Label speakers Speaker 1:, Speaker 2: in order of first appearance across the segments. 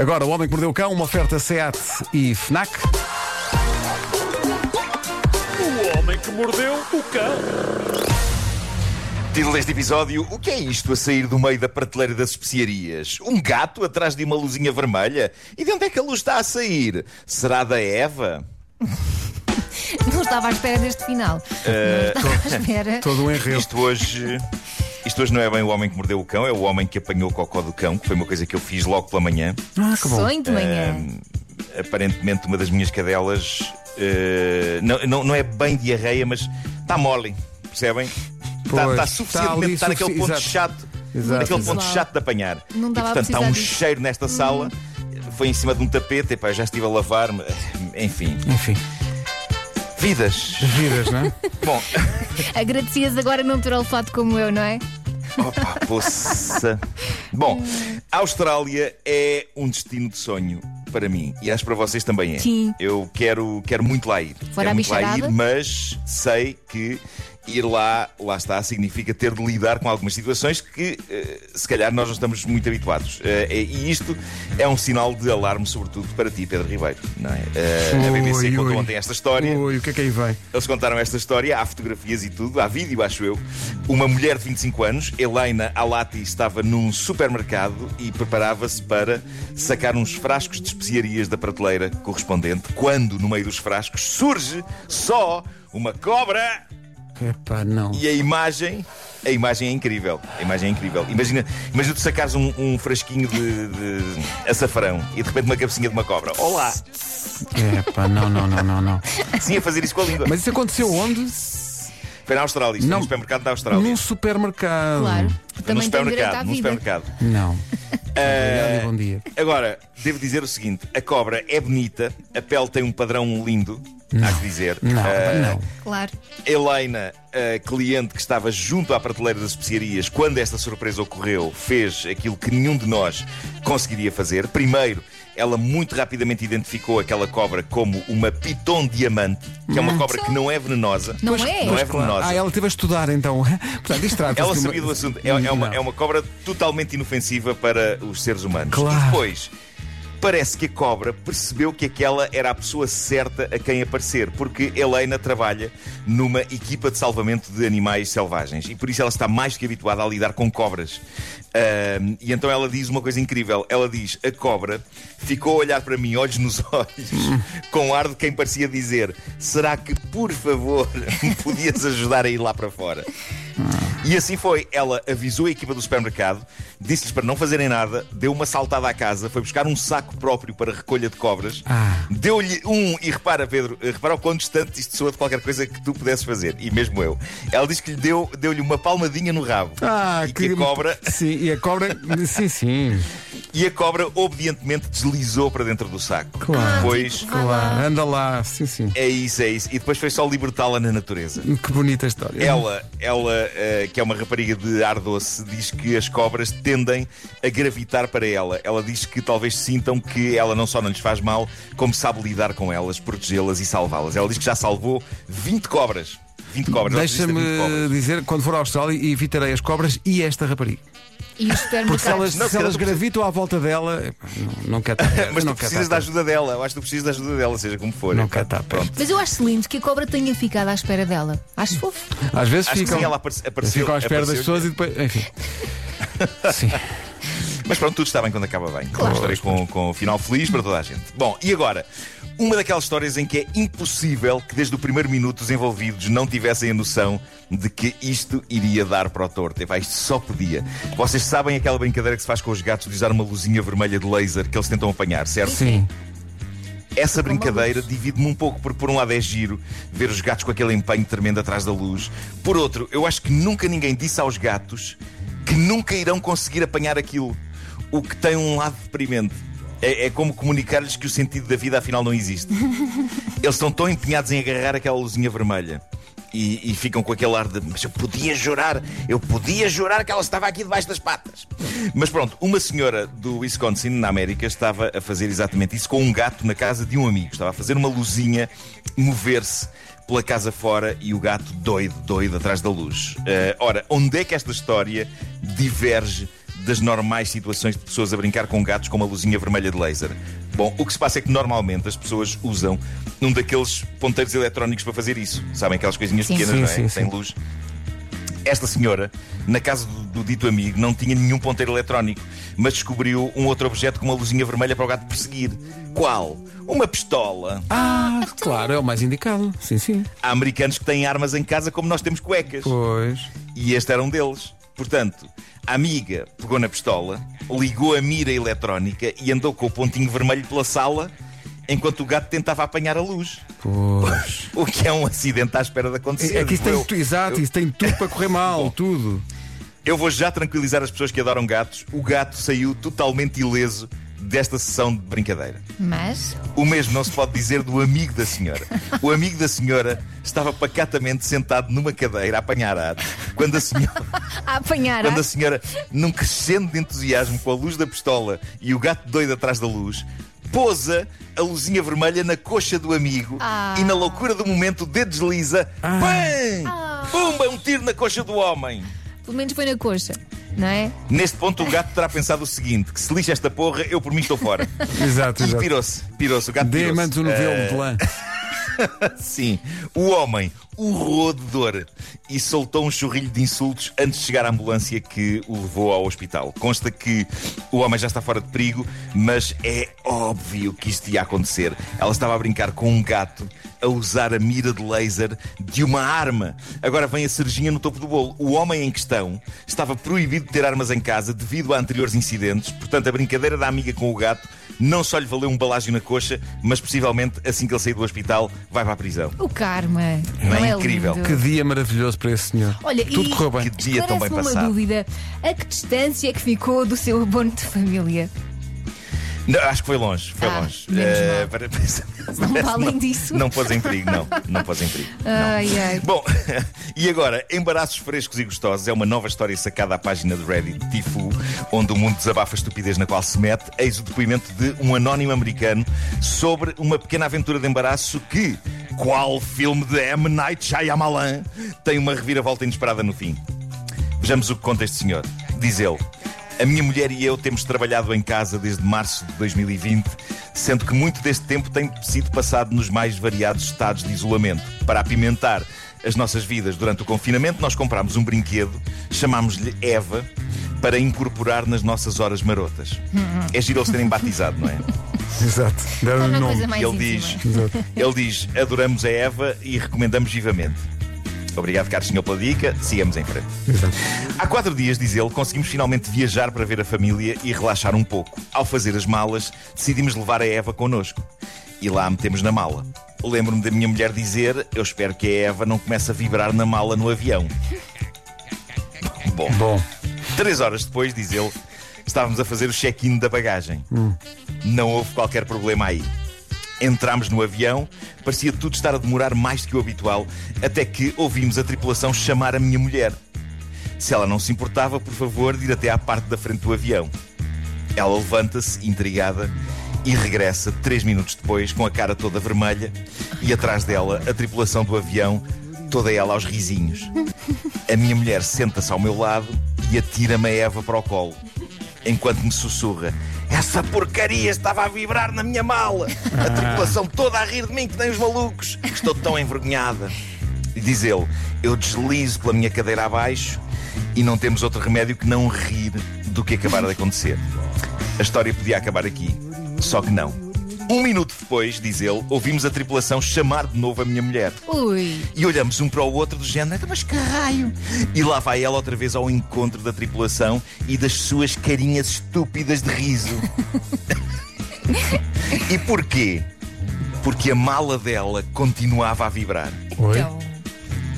Speaker 1: Agora, o Homem que Mordeu o Cão, uma oferta SEAT e FNAC.
Speaker 2: O homem que mordeu o cão.
Speaker 3: Título deste episódio: O que é isto a sair do meio da prateleira das especiarias? Um gato atrás de uma luzinha vermelha? E de onde é que a luz está a sair? Será da Eva?
Speaker 4: Não estava à espera deste final.
Speaker 3: Eh,
Speaker 4: não estava à espera.
Speaker 1: Todo um enredo.
Speaker 3: Isto hoje. Isto hoje não é bem o homem que mordeu o cão, é o homem que apanhou o cocó do cão, que foi uma coisa que eu fiz logo pela manhã.
Speaker 1: Ah, que bom.
Speaker 4: é Sonho de manhã.
Speaker 3: Eh, Aparentemente, uma das minhas cadelas eh, não, não, não é bem diarreia, mas está mole, percebem? Está,
Speaker 1: Pois,
Speaker 3: está
Speaker 1: está
Speaker 3: suficientemente,
Speaker 1: ali
Speaker 3: está naquele
Speaker 1: sufici-
Speaker 3: ponto
Speaker 1: exato.
Speaker 3: chato,
Speaker 1: Exato.
Speaker 3: naquele ponto
Speaker 4: Visual.
Speaker 3: chato de apanhar.
Speaker 4: Não
Speaker 3: e
Speaker 4: dava a
Speaker 3: portanto está um
Speaker 4: precisar Hum.
Speaker 3: cheiro nesta sala, foi em cima de um tapete, epá, já estive a lavar-me, enfim.
Speaker 1: Enfim,
Speaker 3: Vidas.
Speaker 1: giras, não é?
Speaker 3: Bom,
Speaker 4: Agradecias agora não ter olfato como eu, não é?
Speaker 3: Hum, Opa, poça. Bom, a Austrália é um destino de sonho para mim e acho que para vocês também é.
Speaker 4: Sim.
Speaker 3: Eu quero, quero muito lá ir.
Speaker 4: Fora
Speaker 3: quero
Speaker 4: a
Speaker 3: muito lá
Speaker 4: bicharada?
Speaker 3: ir, mas sei que ir lá, lá está, significa ter de lidar com algumas situações que eh, se calhar nós não estamos muito habituados. Eh, e isto é um sinal de alarme, sobretudo para ti, Pedro Ribeiro. Não é? Eh, a BBC
Speaker 1: Ui,
Speaker 3: contou
Speaker 1: ui.
Speaker 3: ontem esta história.
Speaker 1: Ui, o que é que aí vem?
Speaker 3: Eles contaram esta história, há fotografias e tudo, há vídeo, acho eu. Uma mulher de 25 anos, Helena Alati, estava num supermercado e preparava-se para sacar uns frascos de especiarias da prateleira correspondente, quando no meio dos frascos surge só uma cobra
Speaker 1: Epá, não.
Speaker 3: e a imagem. A imagem é incrível. A imagem é incrível. Imagina, imagina tu sacares um, um frasquinho de, de açafrão e de repente uma cabecinha de uma cobra. Olá!
Speaker 1: Epá, não, não, não, não, não.
Speaker 3: Sim, a fazer isso com a língua.
Speaker 1: Mas isso aconteceu onde?
Speaker 3: Foi na Austrália, isto foi
Speaker 1: Não.
Speaker 3: no supermercado da Austrália.
Speaker 1: Num supermercado.
Speaker 4: Claro.
Speaker 3: num
Speaker 4: Também tem direito à
Speaker 3: supermercado, num
Speaker 4: vida.
Speaker 3: supermercado.
Speaker 1: Não.
Speaker 3: Ah,
Speaker 1: Obrigado e bom dia.
Speaker 3: Agora, devo dizer o seguinte: a cobra é bonita, a pele tem um padrão lindo, há que dizer.
Speaker 1: Não,
Speaker 3: Ah,
Speaker 1: não.
Speaker 4: Claro.
Speaker 3: Helena, a cliente que estava junto à prateleira das especiarias quando esta surpresa ocorreu, fez aquilo que nenhum de nós conseguiria fazer. Primeiro, ela muito rapidamente identificou aquela cobra como uma piton diamante, que é uma cobra que não é venenosa.
Speaker 4: Não é?
Speaker 3: Não é venenosa.
Speaker 1: Hum. Ah, ela esteve a estudar então. Portanto, isto trata-se
Speaker 3: Ela
Speaker 1: de uma-
Speaker 3: sabia do assunto. É, é uma,
Speaker 1: Não.
Speaker 3: é uma cobra totalmente inofensiva para os seres humanos.
Speaker 1: Claro.
Speaker 3: E depois, parece que a cobra percebeu que aquela era a pessoa certa a quem aparecer, porque Helena trabalha numa equipa de salvamento de animais selvagens e por isso ela está mais que habituada a lidar com cobras. Ahm, e então ela diz uma coisa incrível. Ela diz: a cobra ficou a olhar para mim, olhos nos olhos, com ar de quem parecia dizer: será que por favor me podias ajudar a ir lá para fora? E assim foi. Ela avisou a equipa do supermercado, disse-lhes para não fazerem nada, deu uma saltada à casa, foi buscar um saco próprio para recolha de cobras,
Speaker 1: Ah.
Speaker 3: deu-lhe um, e repara, Pedro, repara o quão distante isto soa de qualquer coisa que tu pudesses fazer, e mesmo eu. Ela disse que lhe deu, deu-lhe uma palmadinha no rabo.
Speaker 1: Ah,
Speaker 3: e que a cobra
Speaker 1: Sim, e a cobra. Sim, sim.
Speaker 3: e a cobra obedientemente deslizou para dentro do saco.
Speaker 1: Claro.
Speaker 3: Depois
Speaker 4: Vai lá.
Speaker 1: Claro, anda lá. Sim, sim.
Speaker 3: é isso, é isso. E depois foi só libertá-la na natureza.
Speaker 1: Que bonita história.
Speaker 3: Ela, ela eh, que é uma rapariga de ar doce, diz que as cobras tendem a gravitar para ela. Ela diz que talvez sintam que ela não só não lhes faz mal, como sabe lidar com elas, protegê-las e salvá-las. Ela diz que já salvou 20 cobras. 20 cobras. Ela diz que isto é 20 cobras.
Speaker 1: Deixa-me dizer, quando for à Austrália, evitarei as cobras e esta rapariga.
Speaker 4: E
Speaker 1: Porque
Speaker 4: os
Speaker 1: se
Speaker 4: supermercados.
Speaker 1: elas,
Speaker 3: Não,
Speaker 1: se elas
Speaker 3: se calhar tu
Speaker 1: gravitam à volta dela, epá, não, não quer estar perto,
Speaker 3: Mas
Speaker 1: não
Speaker 3: tu
Speaker 1: quer
Speaker 3: precisas da
Speaker 1: estar
Speaker 3: ajuda dela. Eu acho que tu precisas da ajuda dela, seja como for.
Speaker 1: Não cá está,
Speaker 3: Pronto.
Speaker 4: Mas eu acho lindo que a cobra tenha ficado à espera dela. Acho fofo.
Speaker 1: perto. Às vezes
Speaker 3: Acho que
Speaker 1: ficam,
Speaker 3: sim, ela apare- apareceu.
Speaker 1: ficam à espera das
Speaker 3: apareceu-
Speaker 1: pessoas e depois. Enfim. Sim.
Speaker 3: Mas pronto, tudo está bem quando acaba bem. Uma história com, com um final feliz para toda a gente. Bom, e agora? Uma daquelas histórias em que é impossível que desde o primeiro minuto os envolvidos não tivessem a noção de que isto iria dar para o torto. Epá, isto só podia. Vocês sabem aquela brincadeira que se faz com os gatos de usar uma luzinha vermelha de laser que eles tentam apanhar, certo?
Speaker 1: Sim.
Speaker 3: Essa brincadeira divide-me um pouco, porque por um lado é giro ver os gatos com aquele empenho tremendo atrás da luz. Por outro, eu acho que nunca ninguém disse aos gatos que nunca irão conseguir apanhar aquilo. O que tem um lado deprimente. É, é como comunicar-lhes que o sentido da vida afinal não existe. Eles estão tão empenhados em agarrar aquela luzinha vermelha. E, e ficam com aquele ar de mas eu podia jurar, eu podia jurar que ela estava aqui debaixo das patas. Mas pronto, uma senhora do Wisconsin, na América, estava a fazer exatamente isso com um gato na casa de um amigo. Estava a fazer uma luzinha mover-se pela casa fora e o gato doido, doido atrás da luz. Eh, ora, onde é que esta história diverge das normais situações de pessoas a brincar com gatos com uma luzinha vermelha de laser. Bom, o que se passa é que normalmente as pessoas usam um daqueles ponteiros eletrónicos para fazer isso. Sabem aquelas coisinhas
Speaker 4: Sim.
Speaker 3: pequenas,
Speaker 1: Sim,
Speaker 3: não
Speaker 1: sim,
Speaker 3: é? Sem
Speaker 1: sim.
Speaker 3: luz. Esta senhora, na casa do, do dito amigo, não tinha nenhum ponteiro eletrónico, mas descobriu um outro objeto com uma luzinha vermelha para o gato perseguir. Qual? Uma pistola.
Speaker 1: Ah, claro, é o mais indicado. Sim, sim.
Speaker 3: Há americanos que têm armas em casa como nós temos cuecas.
Speaker 1: Pois.
Speaker 3: E este era um deles. Portanto, a amiga pegou na pistola, ligou a mira eletrónica e andou com o pontinho vermelho pela sala enquanto o gato tentava apanhar a luz.
Speaker 1: Pois.
Speaker 3: O que é um acidente à espera de acontecer.
Speaker 1: É, é que isso
Speaker 3: Eu-
Speaker 1: tem, tu- exato, isso tem tudo para correr mal, tudo.
Speaker 3: Eu vou já tranquilizar as pessoas que adoram gatos. O gato saiu totalmente ileso desta sessão de brincadeira.
Speaker 4: Mas.
Speaker 3: O mesmo não se pode dizer do amigo da senhora. O amigo da senhora estava pacatamente sentado numa cadeira a apanhar ar quando a senhora
Speaker 4: A apanhar.
Speaker 3: Quando
Speaker 4: ah?
Speaker 3: a senhora, num crescendo de entusiasmo com a luz da pistola e o gato doido atrás da luz, pousa a luzinha vermelha na coxa do amigo
Speaker 4: Ah.
Speaker 3: e, na loucura do momento, o dedo desliza. PAM! Pumba! Um tiro na coxa do homem!
Speaker 4: Pelo menos foi na coxa, não é?
Speaker 3: Neste ponto, o gato terá pensado o seguinte: que se lixa esta porra, eu por mim estou fora.
Speaker 1: Exato,
Speaker 3: E
Speaker 1: exato.
Speaker 3: pirou-se, pirou-se, o gato pirou-se. Eh,
Speaker 1: Diamantes o novelo
Speaker 3: É.
Speaker 1: de lã.
Speaker 3: Sim, o homem urrou de dor e soltou um chorrilho de insultos antes de chegar à ambulância que o levou ao hospital. Consta que o homem já está fora de perigo, mas é óbvio que isto ia acontecer. Ela estava a brincar com um gato a usar a mira de laser de uma arma. Agora vem a cerejinha no topo do bolo. O homem em questão estava proibido de ter armas em casa devido a anteriores incidentes, portanto a brincadeira da amiga com o gato não só lhe valeu um balágio na coxa, mas possivelmente assim que ele sair do hospital vai para a prisão.
Speaker 4: O karma.
Speaker 3: Não é
Speaker 4: é
Speaker 3: incrível?
Speaker 4: lindo?
Speaker 1: Que dia maravilhoso para esse senhor.
Speaker 4: Olha,
Speaker 1: tudo
Speaker 4: e
Speaker 1: correu bem.
Speaker 3: Que dia tão bem
Speaker 4: esclarece-me uma
Speaker 3: passado.
Speaker 4: dúvida. A que distância é que ficou do seu abono de família?
Speaker 3: Não, acho que foi longe, foi
Speaker 4: Ah,
Speaker 3: longe.
Speaker 4: menos
Speaker 3: Eh,
Speaker 4: mal.
Speaker 3: para- parece-
Speaker 4: Não Eh,
Speaker 3: parece-
Speaker 4: valem
Speaker 3: não-
Speaker 4: disso.
Speaker 3: Não pôs em perigo, não. Não pôs em perigo.
Speaker 4: Ai, ai.
Speaker 3: Bom, e agora, embaraços frescos e gostosos é uma nova história sacada à página do Reddit Tifu, onde o mundo desabafa a estupidez na qual se mete. Eis o depoimento de um anónimo americano sobre uma pequena aventura de embaraço que, qual filme de M. Night Shyamalan, tem uma reviravolta inesperada no fim. Vejamos o que conta este senhor. Diz ele: A minha mulher e eu temos trabalhado em casa desde março de 2020, sendo que muito deste tempo tem sido passado nos mais variados estados de isolamento. Para apimentar as nossas vidas durante o confinamento, nós comprámos um brinquedo, chamámos-lhe Eva, para incorporar nas nossas horas marotas. É giro eles terem batizado, não é?
Speaker 1: Exato. Deram
Speaker 4: Torna
Speaker 1: um
Speaker 4: a
Speaker 1: nome.
Speaker 4: coisa mais
Speaker 3: e ele
Speaker 4: íntima.
Speaker 3: diz, ele diz: adoramos a Eva e recomendamos vivamente. Obrigado, caro senhor, pela dica. Sigamos em frente.
Speaker 1: Exato.
Speaker 3: Há quatro dias, diz ele, conseguimos finalmente viajar para ver a família e relaxar um pouco. Ao fazer as malas, decidimos levar a Eva connosco. E lá a metemos na mala. Lembro-me da minha mulher dizer: Eu espero que a Eva não comece a vibrar na mala no avião. Bom,
Speaker 1: Bom,
Speaker 3: três horas depois, diz ele, estávamos a fazer o check-in da bagagem. Não houve qualquer problema aí. Entramos no avião, parecia tudo estar a demorar mais do que o habitual, até que ouvimos a tripulação chamar a minha mulher. Se ela não se importava, por favor, de ir até à parte da frente do avião. Ela levanta-se, intrigada, e regressa três minutos depois, com a cara toda vermelha, e atrás dela a tripulação do avião, toda ela aos risinhos. A minha mulher senta-se ao meu lado e atira-me a Eva para o colo, enquanto me sussurra. Essa porcaria estava a vibrar na minha mala. A tripulação toda a rir de mim que nem os malucos. Estou tão envergonhada. E diz ele: Eu deslizo pela minha cadeira abaixo e não temos outro remédio que não rir do que acabar de acontecer. A história podia acabar aqui, só que não. Um minuto depois, diz ele, ouvimos a tripulação chamar de novo a minha mulher
Speaker 4: Ui,
Speaker 3: e olhamos um para o outro do género, "Então, mas que raio! E lá vai ela outra vez ao encontro da tripulação e das suas carinhas estúpidas de riso. e porquê? Porque a mala dela continuava a vibrar.
Speaker 1: oi.
Speaker 4: então.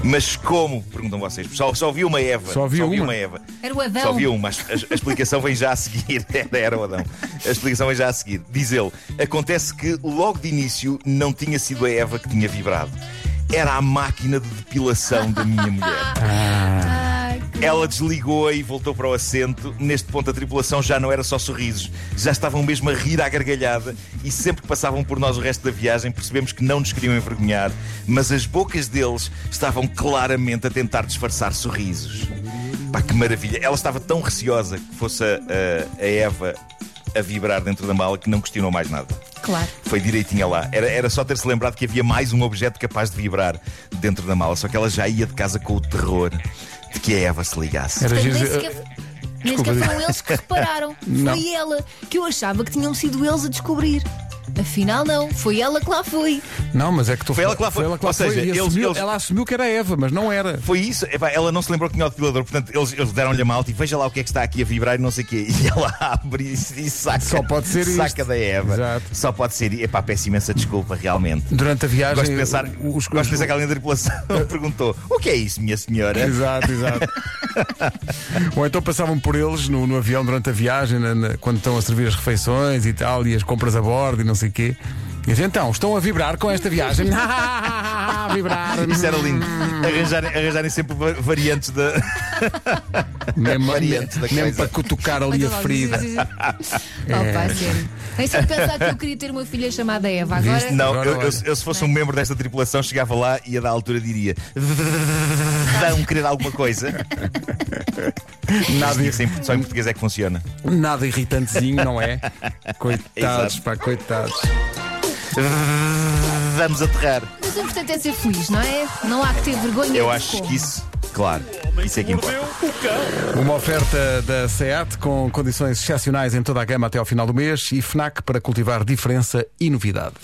Speaker 3: Mas como? Perguntam vocês. Só, só vi uma Eva.
Speaker 1: Só vi uma.
Speaker 3: uma Eva.
Speaker 4: Era o Adão.
Speaker 3: Só havia uma. A, a- a explicação vem já a seguir. Era, era o Adão. A explicação vem já a seguir. Diz ele: acontece que logo de início não tinha sido a Eva que tinha vibrado. Era a máquina de depilação da minha mulher.
Speaker 4: Ai, que-
Speaker 3: Ela desligou-a e voltou para o assento. Neste ponto, a tripulação já não era só sorrisos, já estavam mesmo a rir à gargalhada. E sempre que passavam por nós o resto da viagem, percebemos que não nos queriam envergonhar, mas as bocas deles estavam claramente a tentar disfarçar sorrisos. Pá, que maravilha. Ela estava tão receosa que fosse a, a- a Eva a vibrar dentro da mala que não questionou mais nada.
Speaker 4: Claro.
Speaker 3: Foi direitinha lá. Era, era só ter-se lembrado que havia mais um objeto capaz de vibrar dentro da mala. Só que ela já ia de casa com o terror de que a Eva se ligasse.
Speaker 1: Era
Speaker 4: Portanto,
Speaker 1: giro
Speaker 4: nem
Speaker 1: dizer-
Speaker 4: sequer, nem sequer
Speaker 1: diz.
Speaker 4: foram eles que repararam. Foi ela que eu achava que tinham sido eles a descobrir. Afinal, não. Foi ela que lá foi.
Speaker 1: Não, mas é que tu
Speaker 3: Foi ela que lá foi.
Speaker 1: ela que lá
Speaker 3: Ou
Speaker 1: foi
Speaker 3: seja,
Speaker 1: e
Speaker 3: eles-
Speaker 1: assumiu-
Speaker 3: eles-
Speaker 1: ela assumiu que era a Eva, mas não era.
Speaker 3: Foi isso, Epá, ela não se lembrou que tinha o depilador, portanto eles, eles deram-lhe a malta e veja lá o que é que está aqui a vibrar e não sei o quê. E ela abre e, e saca.
Speaker 1: Só pode ser
Speaker 3: Saca
Speaker 1: isto.
Speaker 3: da Eva.
Speaker 1: Exato.
Speaker 3: Só pode ser. Epá, peço imensa desculpa, realmente.
Speaker 1: Durante a viagem.
Speaker 3: Gosto de pensar,
Speaker 1: os-
Speaker 3: gosto de pensar que alguém da tripulação perguntou: o que é isso, minha senhora?
Speaker 1: Exato, exato. Ou então passavam por eles no, no avião durante a viagem, na- na- quando estão a servir as refeições e tal, e as compras a bordo e não sei o quê. E dizem, então, estão a vibrar com esta viagem. vibrar.
Speaker 3: Isso era lindo. Arranjarem, arranjarem sempre va- variantes da.
Speaker 1: Mesmo,
Speaker 3: Variante da
Speaker 1: mesmo
Speaker 3: coisa.
Speaker 1: para cutucar ali a
Speaker 4: Olha lá,
Speaker 1: ferida.
Speaker 4: sim, sim, sim. Oh, pá, sério. Nem sei pensar que eu queria ter uma filha chamada Eva. Agora.
Speaker 1: Viste?
Speaker 3: Não,
Speaker 1: Agora
Speaker 3: eu, eu-
Speaker 1: olha.
Speaker 3: eu se fosse um membro desta tripulação chegava lá e a da altura diria: vão querer alguma coisa?
Speaker 1: Nada,
Speaker 3: Nada. Só em português é que funciona.
Speaker 1: nada irritantezinho, não é? Coitados,
Speaker 3: Exato.
Speaker 1: pá, coitados.
Speaker 3: Vamos aterrar.
Speaker 4: Mas o importante é ser feliz, não é? Não há que ter vergonha.
Speaker 3: Eu
Speaker 4: de
Speaker 3: acho
Speaker 4: como.
Speaker 3: que isso, claro, isso é que importa.
Speaker 2: Mordeu o cão.
Speaker 1: Uma oferta da SEAT com condições excepcionais em toda a gama até ao final do mês e FNAC para cultivar diferença e novidade.